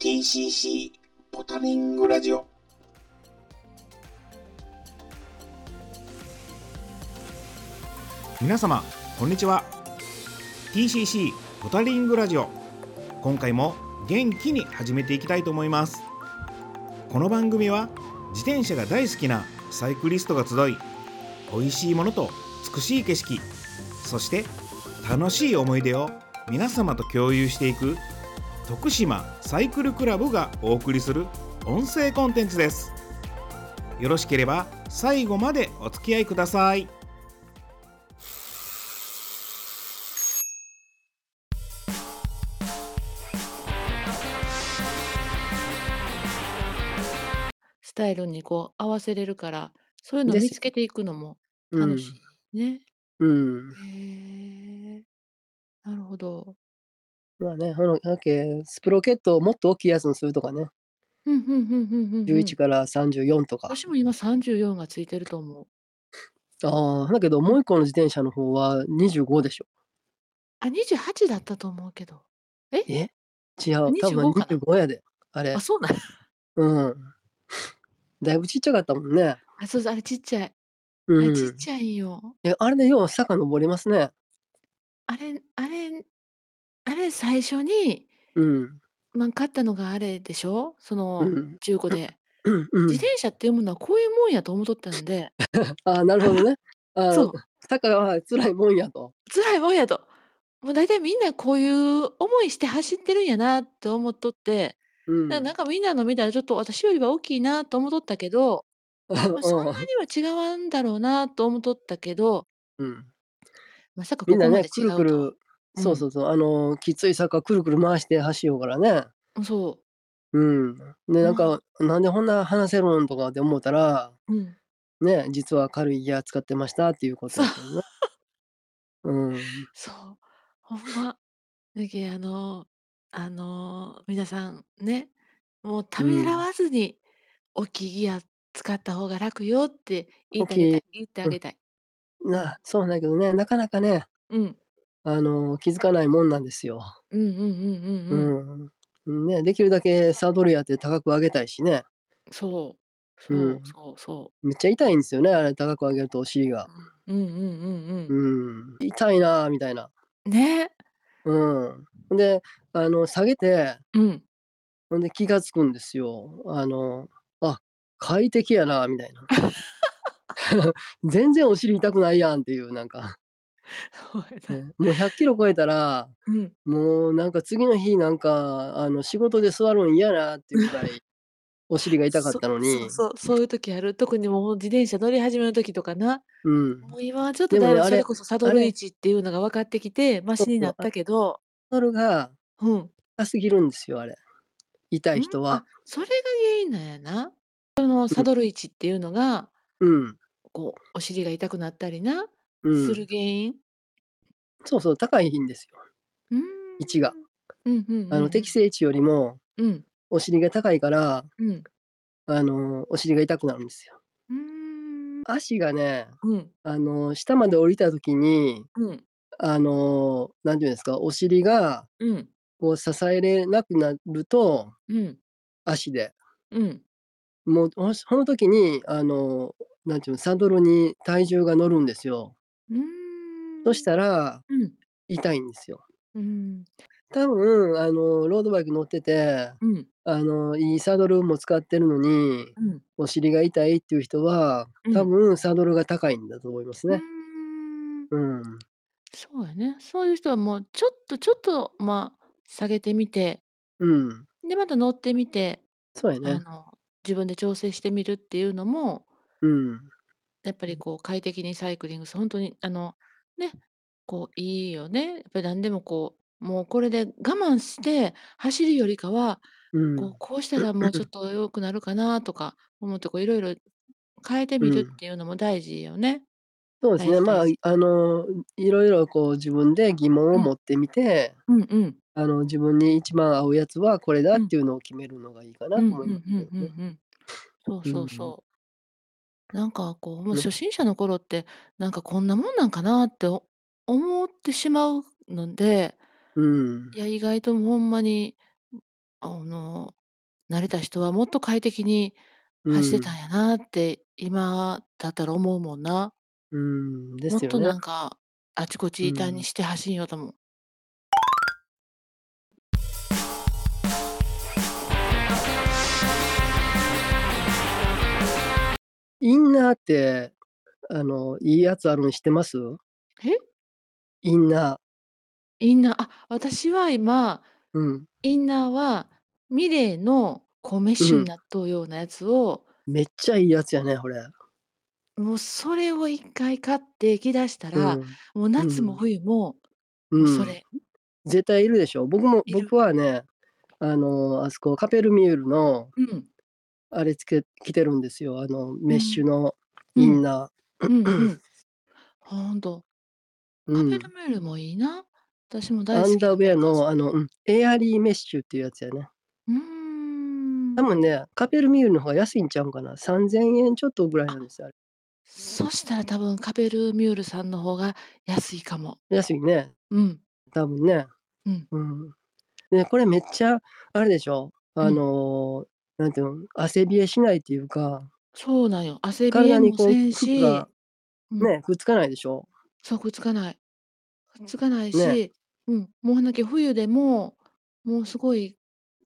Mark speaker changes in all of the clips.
Speaker 1: TCC ポタリングラジオ
Speaker 2: 皆様こんにちは TCC ポタリングラジオ今回も元気に始めていきたいと思いますこの番組は自転車が大好きなサイクリストが集い美味しいものと美しい景色そして楽しい思い出を皆様と共有していく徳島サイクルクラブがお送りする音声コンテンツですよろしければ最後までお付き合いください
Speaker 3: スタイルにこう合わせれるから、そういうのを
Speaker 4: で
Speaker 3: 見
Speaker 4: す
Speaker 3: つけていくのも
Speaker 4: う
Speaker 3: 楽
Speaker 4: ん。
Speaker 3: しいね。
Speaker 4: うん。
Speaker 3: へえ。なるほど。
Speaker 4: まあね、あの、なんけ、スプロケットをもっと大きいやつにするとかね。
Speaker 3: ふんふんふんふんふんふん。
Speaker 4: 11から34とか。
Speaker 3: 私も今34がついてると思う。
Speaker 4: ああ、だけどもう一個の自転車の方は25でしょ。
Speaker 3: あ、28だったと思うけど。え
Speaker 4: え違う。多分
Speaker 3: 25かな
Speaker 4: 25やで。あれ
Speaker 3: あ、。そうなん
Speaker 4: うん。だいぶちっちゃかったもんね。
Speaker 3: あ、そうそう、あれちっちゃい。あ
Speaker 4: う
Speaker 3: れちっ
Speaker 4: ん。
Speaker 3: ちゃいよ。
Speaker 4: えあれでよう坂登りますね。
Speaker 3: あれ、あれ、あれ最初に、
Speaker 4: うん。
Speaker 3: まあ、買ったのがあれでしょそうの
Speaker 4: ん。
Speaker 3: 中古で。
Speaker 4: うんう
Speaker 3: 自
Speaker 4: ん。
Speaker 3: 転車っていうものはこういうもんやと思っとったんで、
Speaker 4: ああ、なるほどね。あ
Speaker 3: そう、
Speaker 4: あ、坂は辛いもんやと。
Speaker 3: 辛いもんやと。もう大体みんなこういう思いして走ってるんやなって思っとって、
Speaker 4: う
Speaker 3: だからなん
Speaker 4: ん。
Speaker 3: かみんなの見たらちょっと私よりは大きいなと思っとったけど、まあ、そん
Speaker 4: う
Speaker 3: なには違わんだろうなと思っとったけど、
Speaker 4: ん。うん
Speaker 3: まさか
Speaker 4: み
Speaker 3: こ
Speaker 4: ん
Speaker 3: こ
Speaker 4: な
Speaker 3: ま
Speaker 4: ね、
Speaker 3: で
Speaker 4: く
Speaker 3: 違
Speaker 4: る
Speaker 3: う
Speaker 4: く
Speaker 3: とは。
Speaker 4: る、
Speaker 3: う
Speaker 4: そうそ
Speaker 3: ん、
Speaker 4: うそう、あの、きつい坂くるくる回して走ようからね。
Speaker 3: そ
Speaker 4: うん。で、
Speaker 3: う。
Speaker 4: なん
Speaker 3: まあ、
Speaker 4: か、なんでこんな話せるんとかって思ったら、
Speaker 3: うん。
Speaker 4: ね、実は軽いギア使ってましたっていうこと
Speaker 3: そう、
Speaker 4: やったのね。うん。
Speaker 3: そう。ほんま。だけあの、あの、皆さんね、もうた
Speaker 4: う
Speaker 3: めら
Speaker 4: ん。
Speaker 3: わずに、大きいギア使った方が楽よって言って
Speaker 4: 大
Speaker 3: あげ
Speaker 4: き
Speaker 3: た
Speaker 4: い。
Speaker 3: い。言ってあ
Speaker 4: う
Speaker 3: げ
Speaker 4: ん。
Speaker 3: たい。
Speaker 4: な、そうなんだけどね、なかなかね、
Speaker 3: うん。
Speaker 4: あの、気づかないもんなんですよ。
Speaker 3: うんうんうんうんうん。
Speaker 4: うん。ね、できるだけサドルやって高く上げたいしね。
Speaker 3: そう、そ
Speaker 4: う
Speaker 3: う、
Speaker 4: ん。
Speaker 3: そう、そ
Speaker 4: めっちゃ痛いんですよね、あれ高く上げるとお尻が。
Speaker 3: う。うんうんうんうん。
Speaker 4: うん。痛いなぁみたいな。
Speaker 3: ね。
Speaker 4: うん。で、あの、下げて、
Speaker 3: うん。
Speaker 4: ほんで気がつくんですよ。あの、あ、快適やな、みたいな。 全然お尻痛くないやんっていう、なんか、
Speaker 3: そうやな。
Speaker 4: ね、もう100キロ超えたら、
Speaker 3: うん。
Speaker 4: もうなんか次の日なんか、あの、仕事で座るん嫌なっていうぐらいお尻が痛かっ
Speaker 3: そ
Speaker 4: たの
Speaker 3: そう
Speaker 4: に、
Speaker 3: そう、そういう時ある。特にもう自転車乗り始めの時とかな。
Speaker 4: うん。
Speaker 3: もう今はちょっと
Speaker 4: で
Speaker 3: だ
Speaker 4: も
Speaker 3: い
Speaker 4: ね、
Speaker 3: ぶ
Speaker 4: あ
Speaker 3: それ
Speaker 4: れ、
Speaker 3: こそサド
Speaker 4: あ
Speaker 3: ル位
Speaker 4: れ、
Speaker 3: 置っていうのが分かってきて、マ
Speaker 4: そ
Speaker 3: シにな
Speaker 4: う、
Speaker 3: っ
Speaker 4: あ
Speaker 3: たけど、
Speaker 4: サドルが
Speaker 3: うん。
Speaker 4: 高すぎるんですよ、あれ。痛
Speaker 3: う
Speaker 4: い
Speaker 3: ん
Speaker 4: 人
Speaker 3: あ、
Speaker 4: は。
Speaker 3: それが原因なんやな。そのサドル位置っていうのが、
Speaker 4: うん、
Speaker 3: こう、お尻が痛くなったりな、
Speaker 4: う
Speaker 3: する
Speaker 4: ん。
Speaker 3: 原因。
Speaker 4: そうそう、高いんですよ、
Speaker 3: うーん。
Speaker 4: 位置が。
Speaker 3: うんう
Speaker 4: あの、
Speaker 3: ん
Speaker 4: 適正位置よりも、
Speaker 3: うんうん。
Speaker 4: お尻が高いから、
Speaker 3: うん。
Speaker 4: あの、お尻が痛くなるんですよ。
Speaker 3: うん。うーん。
Speaker 4: 足がね、
Speaker 3: うん。
Speaker 4: あの、下まで降りた時に、
Speaker 3: うん。
Speaker 4: あの、なんていうんですか、お尻が、
Speaker 3: うん。
Speaker 4: こう、支えれなくなると、
Speaker 3: うん。
Speaker 4: 足で。
Speaker 3: うん。
Speaker 4: もう、ほんその時に、あの、なんていうの、サドルに体重が乗るんですよ。
Speaker 3: うー
Speaker 4: そし
Speaker 3: ん。
Speaker 4: たら、
Speaker 3: うん。
Speaker 4: 痛いんですよ。
Speaker 3: うん。
Speaker 4: 多分、あの、ロードバイク乗ってて、
Speaker 3: うん。
Speaker 4: あの、いいサドルも使ってるのに、
Speaker 3: うん。
Speaker 4: お尻が痛いっていう人は、
Speaker 3: う
Speaker 4: 多
Speaker 3: ん。
Speaker 4: 分、サドルが高いんだと思います
Speaker 3: うー
Speaker 4: ね。
Speaker 3: ん
Speaker 4: うん。
Speaker 3: そうやね。そういう人はもう、ちょっと、ちょっと、まあ、下げてみて、
Speaker 4: うん。
Speaker 3: で、また乗ってみて、
Speaker 4: そうや
Speaker 3: あ
Speaker 4: ね。
Speaker 3: の、自分で調整してみるっていうのも、
Speaker 4: うん。
Speaker 3: やっぱりこう、快適にサイクリングする、本当に、あの、ね、こう、いいよね。やっぱり何でもこう、もうこれで我慢して走るよりかは、
Speaker 4: う。
Speaker 3: こうんこうしたらもうちょっと良くなるかなとか思ってこういろいろ変えて
Speaker 4: う
Speaker 3: みるっ
Speaker 4: ん。
Speaker 3: ていうのも大事よね。
Speaker 4: そうです
Speaker 3: 大
Speaker 4: ね。
Speaker 3: 事
Speaker 4: ま
Speaker 3: 大
Speaker 4: あ、
Speaker 3: 事。
Speaker 4: いあの、いろいろこう自分で疑問を
Speaker 3: う
Speaker 4: 持
Speaker 3: ん
Speaker 4: ってみて、
Speaker 3: うんうん
Speaker 4: あの、自分に一番合うやつはこれだ
Speaker 3: う
Speaker 4: っ
Speaker 3: ん
Speaker 4: ていうのを決めるのがいいか
Speaker 3: う
Speaker 4: なんと
Speaker 3: うん
Speaker 4: 思いうま
Speaker 3: ん
Speaker 4: すけど
Speaker 3: うんう
Speaker 4: ね。
Speaker 3: ん。そう
Speaker 4: う。
Speaker 3: そうんそう。なんかこうもう
Speaker 4: ね。
Speaker 3: 初心者の頃ってなんかこんなもんなんかなってお思ってしまうので
Speaker 4: うん。
Speaker 3: いや意外とほんまにあの慣れた人はもっと快適に走ってたんやなって、今だったら思うもんな。
Speaker 4: うん、うん、で
Speaker 3: もっ
Speaker 4: すよ
Speaker 3: と
Speaker 4: ね
Speaker 3: な。んか、あちこち
Speaker 4: う
Speaker 3: 異
Speaker 4: ん
Speaker 3: 端にして走んようと思う。
Speaker 4: インナーって、あの、いいやつあるの知ってます
Speaker 3: え
Speaker 4: インナー。
Speaker 3: インナー、あ、私は今、
Speaker 4: うん。
Speaker 3: インナーはミレーの米
Speaker 4: う
Speaker 3: 種
Speaker 4: ん
Speaker 3: 納豆ようなやつを、
Speaker 4: めっちゃいいやつやね、これ。
Speaker 3: もうそれを一回買って着出した
Speaker 4: う
Speaker 3: ら、
Speaker 4: ん。
Speaker 3: もう夏
Speaker 4: う
Speaker 3: も
Speaker 4: ん
Speaker 3: 冬も、
Speaker 4: う
Speaker 3: もうんそれ。
Speaker 4: 絶対いるでしょ。僕も、
Speaker 3: いる
Speaker 4: 僕はね、あの、あそこ、カペルミュールの、
Speaker 3: うん。
Speaker 4: あれつけ、着てるんですよ。あの、メッシュの
Speaker 3: う
Speaker 4: イン
Speaker 3: ん。
Speaker 4: ナ
Speaker 3: う
Speaker 4: ー。
Speaker 3: ん。うん。ほんと。カ
Speaker 4: う
Speaker 3: ペ
Speaker 4: ん
Speaker 3: ルメールもいいな。私も大
Speaker 4: ア
Speaker 3: 好き。
Speaker 4: ンダーウェアの、あの、うんエアリーメッシュっていうやつやね。
Speaker 3: うーん
Speaker 4: 多。分ね、カペルミュールの方が安いんちゃうかな。3000円ちょっとぐらいなんですよ。あ
Speaker 3: そしたら多分カペルミュールさんの方が安いかも。
Speaker 4: れ安いね。
Speaker 3: うん。
Speaker 4: 多分ね。
Speaker 3: うん
Speaker 4: うん。ね、これめっちゃ、あれでしょ。あのー、なんていうの、汗冷えしないっていうか、
Speaker 3: そうなんよ。汗びえ
Speaker 4: 体に
Speaker 3: も
Speaker 4: こう、
Speaker 3: せん
Speaker 4: 服
Speaker 3: し、
Speaker 4: が
Speaker 3: うん
Speaker 4: ね、くっつかないでしょ。
Speaker 3: そうくっつかない。くっつかないし、
Speaker 4: ね
Speaker 3: うん、もうなき冬でも、もうすごい、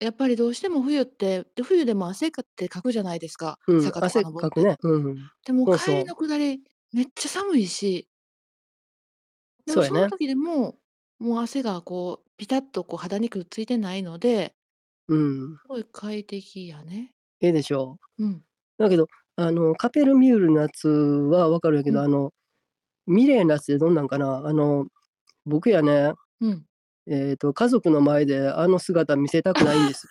Speaker 3: やっぱりどうしても冬って、で冬でも汗かってかくじゃないですか、
Speaker 4: うん、
Speaker 3: 坂とか
Speaker 4: 汗
Speaker 3: 登
Speaker 4: か
Speaker 3: っ
Speaker 4: く
Speaker 3: て。
Speaker 4: ね。うん。
Speaker 3: でも
Speaker 4: そう
Speaker 3: 帰り
Speaker 4: そ
Speaker 3: の下り、めっちゃ寒いし、で
Speaker 4: そ
Speaker 3: も
Speaker 4: うや
Speaker 3: そ
Speaker 4: ね
Speaker 3: の時でも、もう汗がこう、ピタッとこう肌にくっついてないので、
Speaker 4: う。うん。
Speaker 3: すごい快適やね。
Speaker 4: ええでしょ
Speaker 3: うん。
Speaker 4: だけど、あの、カペルミュールのやつはわかるんやけど、
Speaker 3: うん
Speaker 4: あの、ミレーのやつでどんなんかなあの、僕やね、
Speaker 3: うん。
Speaker 4: えっ、と、家族の前であの姿見せたくない んです。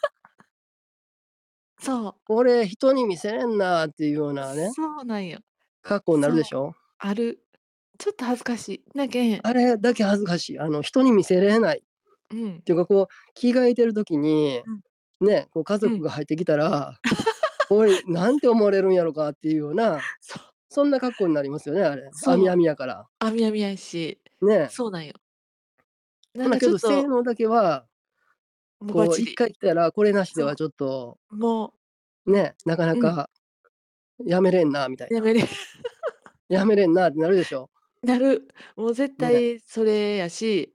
Speaker 3: そう。
Speaker 4: これ、人に見せれんなっていうようなね、
Speaker 3: そうなんよ。
Speaker 4: 格好になるでしょ
Speaker 3: ある。ちょっと恥ずかしい。だけん、
Speaker 4: あれだけ恥ずかしい。あの、人に見せれない。っ
Speaker 3: うん。
Speaker 4: ていうか、こう、着替えてる時に
Speaker 3: うん、
Speaker 4: ね、こう家族が入ってきたら、これ、なんて思われるんやろかっていうような、
Speaker 3: そう。
Speaker 4: そんな格好になりますよね、あれ。
Speaker 3: そう
Speaker 4: あみあみやから。
Speaker 3: あみあみやし。
Speaker 4: ね。
Speaker 3: そうなんよ。な
Speaker 4: だ
Speaker 3: んか
Speaker 4: け
Speaker 3: ちょ
Speaker 4: ど、
Speaker 3: っと
Speaker 4: 性、能だけは、
Speaker 3: もう
Speaker 4: こ
Speaker 3: バッ
Speaker 4: う、
Speaker 3: チ
Speaker 4: 一
Speaker 3: リ。
Speaker 4: 回来たら、これなしではちょっと、
Speaker 3: も、
Speaker 4: ね、なかなか、やめれんな、みたいうな。
Speaker 3: やめれ、
Speaker 4: やめれんなってなるでしょ。
Speaker 3: なる。もう絶対それやし。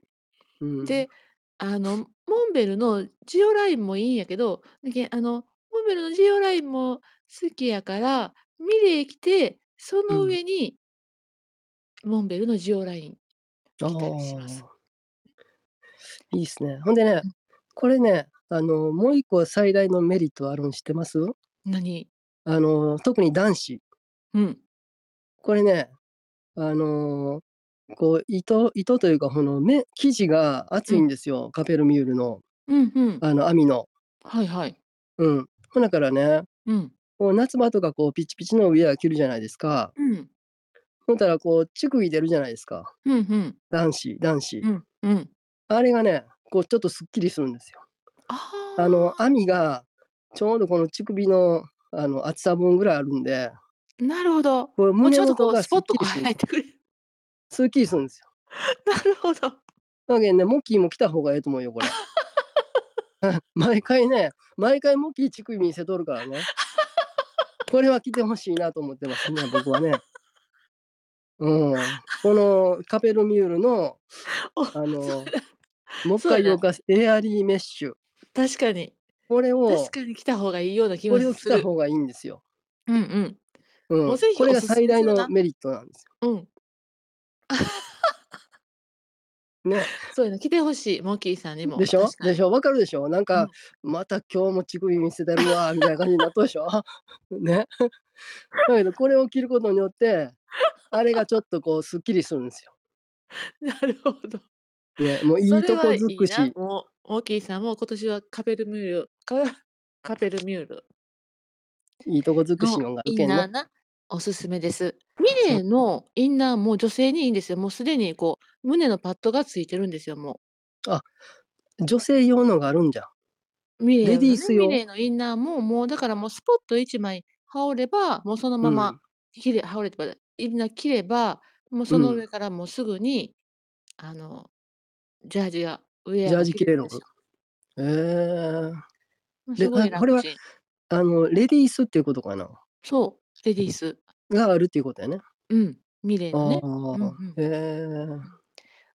Speaker 4: うん、
Speaker 3: で、あの、モンベルのジオラインもいいんやけど、だけんあの、モンベルのジオラインも好きやから、ミレー来て、そうの
Speaker 4: ん
Speaker 3: 上に、モンベルのジオライン
Speaker 4: あ
Speaker 3: 来たりします。
Speaker 4: ーいいっすね。ほんでね
Speaker 3: うん、
Speaker 4: これね、あの、もう一個最大のメリットあるの知ってます
Speaker 3: 何
Speaker 4: あの、特に男子。
Speaker 3: うん。
Speaker 4: これね、あの、こう、糸、糸というか、この、め、生地が厚いんですよ。カペルミュールの、
Speaker 3: うんうん。
Speaker 4: あの、網の。
Speaker 3: はいはい。
Speaker 4: うん。ほなからね、
Speaker 3: うん。
Speaker 4: こう夏場とかこうピチピチのウェア着るじゃないですか。
Speaker 3: うん。
Speaker 4: ほんたらこう乳首出るじゃないですか。
Speaker 3: うんうん。
Speaker 4: 男子、男子。
Speaker 3: うんうん。
Speaker 4: あれがね、こうちょっとすっきりするんですよ。
Speaker 3: あー
Speaker 4: あの、網がちょうどこの乳首のあの厚さ分ぐらいあるんで、
Speaker 3: なるほど。
Speaker 4: これ
Speaker 3: もうち
Speaker 4: 胸
Speaker 3: ょっと
Speaker 4: の
Speaker 3: こ
Speaker 4: こ
Speaker 3: う、
Speaker 4: が
Speaker 3: ス
Speaker 4: す
Speaker 3: ポ
Speaker 4: っ
Speaker 3: ッと
Speaker 4: き
Speaker 3: こう
Speaker 4: りするん
Speaker 3: 入っ
Speaker 4: で
Speaker 3: てくれる。
Speaker 4: す。すっきりするんですよ。
Speaker 3: なるほど。
Speaker 4: だけどね、モッキーも来た方がええと思うよ、こ れ。毎回ね、毎回モッキー乳首見せとるからね。これは来てほしいなと思ってますね、僕はね。うん。このカペルミュールの、
Speaker 3: お
Speaker 4: あ
Speaker 3: そ
Speaker 4: の
Speaker 3: う、だ
Speaker 4: もう一
Speaker 3: そう
Speaker 4: 回
Speaker 3: やな
Speaker 4: 言おうか、エアリーメッシュ。
Speaker 3: 確かに。
Speaker 4: これを、
Speaker 3: 確
Speaker 4: こ
Speaker 3: かに来た方がいいような気も
Speaker 4: れを着
Speaker 3: す
Speaker 4: た
Speaker 3: る。
Speaker 4: 方がいいんですよ。
Speaker 3: うんうん。
Speaker 4: う
Speaker 3: も
Speaker 4: ん
Speaker 3: うぜ、ひ
Speaker 4: これが
Speaker 3: おすすめ
Speaker 4: 最大
Speaker 3: するな
Speaker 4: のメリットなんです
Speaker 3: うん。
Speaker 4: よ。ね、
Speaker 3: そういうの来てほしい。モッキーさんにも。
Speaker 4: でしょ
Speaker 3: 確かに
Speaker 4: でしょわかるでしょなんか、また今日も乳首見せてるわ、みたいな感じになったでしょ ね。だけど、これを着ることによって、あれがちょっとこう、すっきりするんですよ。
Speaker 3: なるほど。
Speaker 4: ね、もういい
Speaker 3: それ
Speaker 4: とこ
Speaker 3: はい
Speaker 4: づ
Speaker 3: い
Speaker 4: くし、
Speaker 3: な。もう、モッキーさんも今年はカペルミュール、かカペルミュール
Speaker 4: いいとこづくしの
Speaker 3: の
Speaker 4: がある
Speaker 3: イ
Speaker 4: け
Speaker 3: ン
Speaker 4: ん
Speaker 3: ナー。
Speaker 4: ね
Speaker 3: な。おすすめです。ミレーのインナーも女性にいいんですよ。もうすでにこう、胸のパッドがついてるんですよ、もう。
Speaker 4: 女性用のがあるんじゃん。
Speaker 3: ミレー
Speaker 4: レ
Speaker 3: の
Speaker 4: ディー
Speaker 3: ね
Speaker 4: ス用
Speaker 3: ミレーのインナーも、もうだからもうスポッと一枚羽織れば、もうそのま
Speaker 4: う
Speaker 3: ま
Speaker 4: ん
Speaker 3: 切れ、羽織れば、インナー切れば、もうその
Speaker 4: うん
Speaker 3: 上からもうすぐに、あの、ジャージが、ウェア
Speaker 4: ジャー
Speaker 3: が
Speaker 4: ジ
Speaker 3: 切
Speaker 4: 着
Speaker 3: れ
Speaker 4: れ
Speaker 3: る
Speaker 4: る
Speaker 3: ん
Speaker 4: の
Speaker 3: ですよ。
Speaker 4: えー、
Speaker 3: うん
Speaker 4: です
Speaker 3: ごい
Speaker 4: あこれは
Speaker 3: 楽ちん。
Speaker 4: あの、レディースっていうことかな
Speaker 3: そう、レディース。
Speaker 4: があるっていうことやね。
Speaker 3: うん、ミレー
Speaker 4: あ
Speaker 3: のね。
Speaker 4: ー
Speaker 3: うん
Speaker 4: へ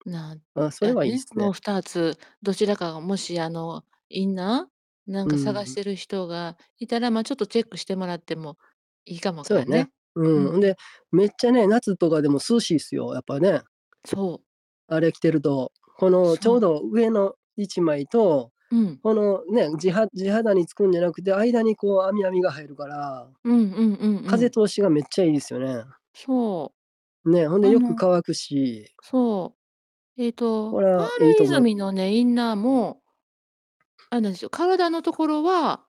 Speaker 3: なん
Speaker 4: え。あ、それはいい
Speaker 3: ね
Speaker 4: です
Speaker 3: も
Speaker 4: ね
Speaker 3: う。2つ、どちらかがもし、あの、インナーなんか
Speaker 4: う
Speaker 3: 探
Speaker 4: ん
Speaker 3: してる人がいたら、まあちょっとチェックしてもらってもいいかもわ
Speaker 4: そう
Speaker 3: か
Speaker 4: や
Speaker 3: んね
Speaker 4: ね。。うん。で、めっちゃね、夏とかでも涼しいっすよ。やっぱね、
Speaker 3: そ
Speaker 4: あれ着てると。こ
Speaker 3: そう
Speaker 4: のちょうど上の1枚と、
Speaker 3: う。うん。
Speaker 4: このね、地は地肌につくんじゃなくて、間にこう、網網が入るから、
Speaker 3: うんうんうん、うん。
Speaker 4: 風通しがめっちゃいいですよね。
Speaker 3: そう。
Speaker 4: ね、ほんで
Speaker 3: あ
Speaker 4: よ
Speaker 3: の
Speaker 4: く乾くし、
Speaker 3: そう。えっ、と、
Speaker 4: これ
Speaker 3: パ
Speaker 4: は
Speaker 3: ー
Speaker 4: いい
Speaker 3: ル
Speaker 4: と思う。
Speaker 3: 泉のね、インナーも、あれなんですよ、体のところは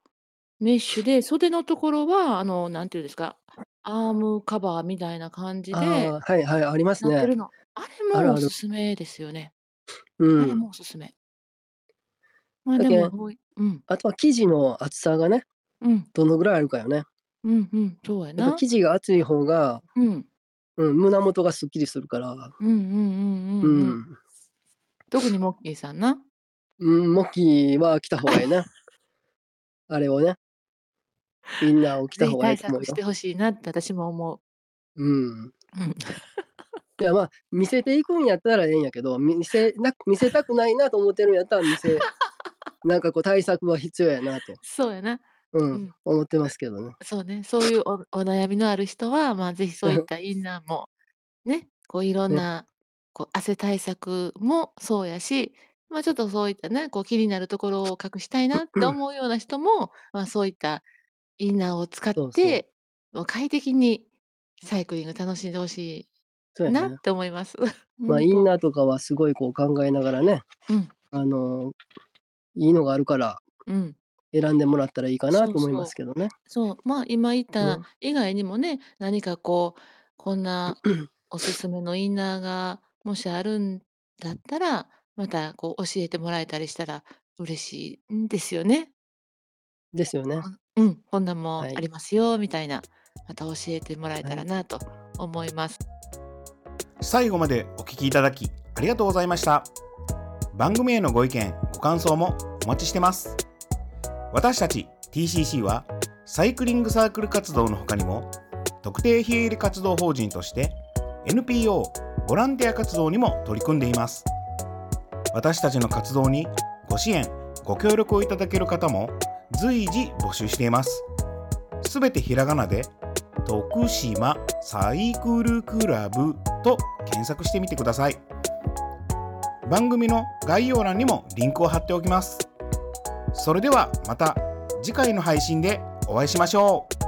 Speaker 3: メッシュで、袖のところは、あの、なんていうんですか、アームカバーみたいな感じで
Speaker 4: ああ、はいはい、あります
Speaker 3: なって
Speaker 4: ね。
Speaker 3: るの。あ
Speaker 4: あ
Speaker 3: れ
Speaker 4: る
Speaker 3: もお
Speaker 4: あ
Speaker 3: す
Speaker 4: る。
Speaker 3: すめですよね。
Speaker 4: う
Speaker 3: あれ
Speaker 4: ん。
Speaker 3: もおすすめ。まあ
Speaker 4: だ
Speaker 3: で
Speaker 4: け
Speaker 3: も、
Speaker 4: ん
Speaker 3: 多いうん、
Speaker 4: あとは生地の厚さがね、
Speaker 3: うん、
Speaker 4: どのぐらいあるかよね。
Speaker 3: うん、うん、そうや
Speaker 4: やっぱ
Speaker 3: な。
Speaker 4: 生地が厚い方が、
Speaker 3: うん、
Speaker 4: うん、胸元がすっきりするから、
Speaker 3: うん、うん、うん、う
Speaker 4: う
Speaker 3: ん。うん
Speaker 4: ん。
Speaker 3: 特にモッキーさんな。
Speaker 4: うん、モッキーは着た方がい いな。あれをね、インナーを着た
Speaker 3: ぜひ
Speaker 4: 方がいい
Speaker 3: 対
Speaker 4: と思
Speaker 3: 策
Speaker 4: う
Speaker 3: し
Speaker 4: よ。
Speaker 3: てほしいなって私も思う。
Speaker 4: うん。
Speaker 3: うん、
Speaker 4: いやまあ、見せていくんやったらええんやけど、見せな見せたくないなと思ってるんやったら、見 せ、なんかこう対策は必要やなと、
Speaker 3: そうやな。
Speaker 4: う、
Speaker 3: うんん。
Speaker 4: 思ってますけどね。
Speaker 3: そうね、そういうおお悩みのある人は、まあ、ぜひそういったインナーも、ね、こういろん
Speaker 4: ね。
Speaker 3: なこう汗対策もそうやし、まあ、ちょっとそういったね、こう気になるところを隠したいなって思うような人も、まあ、そういったインナーを使っ
Speaker 4: そうそう。
Speaker 3: て、もう快適にサイクリング楽しんでほし
Speaker 4: そう
Speaker 3: い
Speaker 4: や
Speaker 3: なっ
Speaker 4: ね。
Speaker 3: て思います。
Speaker 4: まあ、
Speaker 3: 本
Speaker 4: イン
Speaker 3: 当。
Speaker 4: ナーとかはすごいこう考えながらね、
Speaker 3: うん、
Speaker 4: あのいいのがあるから
Speaker 3: うん。
Speaker 4: 選んでもらったらいいかな
Speaker 3: そ
Speaker 4: と
Speaker 3: う
Speaker 4: 思います
Speaker 3: そう。
Speaker 4: けどね。
Speaker 3: そう、まあ今言った
Speaker 4: ね。
Speaker 3: 以外にもね、何かこう、こんな おすすめのインナーがもしあるんだったら、またこう教えてもらえたりしたら嬉しいんですよね。
Speaker 4: ですよね。
Speaker 3: こんうん、こんなんも
Speaker 4: は
Speaker 3: あ
Speaker 4: い。
Speaker 3: りますよ、みたいな、また教えてもらえ
Speaker 4: は
Speaker 3: たら
Speaker 4: い。
Speaker 3: なと思います。
Speaker 2: 最後までお聞きいただきありがとうございました番組へのご意見ご感想もお待ちしてます私たち TCC はサイクリングサークル活動の他にも特定非営利活動法人として NPO ボランティア活動にも取り組んでいます私たちの活動にご支援ご協力をいただける方も随時募集していますすべてひらがなで徳島サイクルクラブと検索してみてください番組の概要欄にもリンクを貼っておきますそれではまた次回の配信でお会いしましょう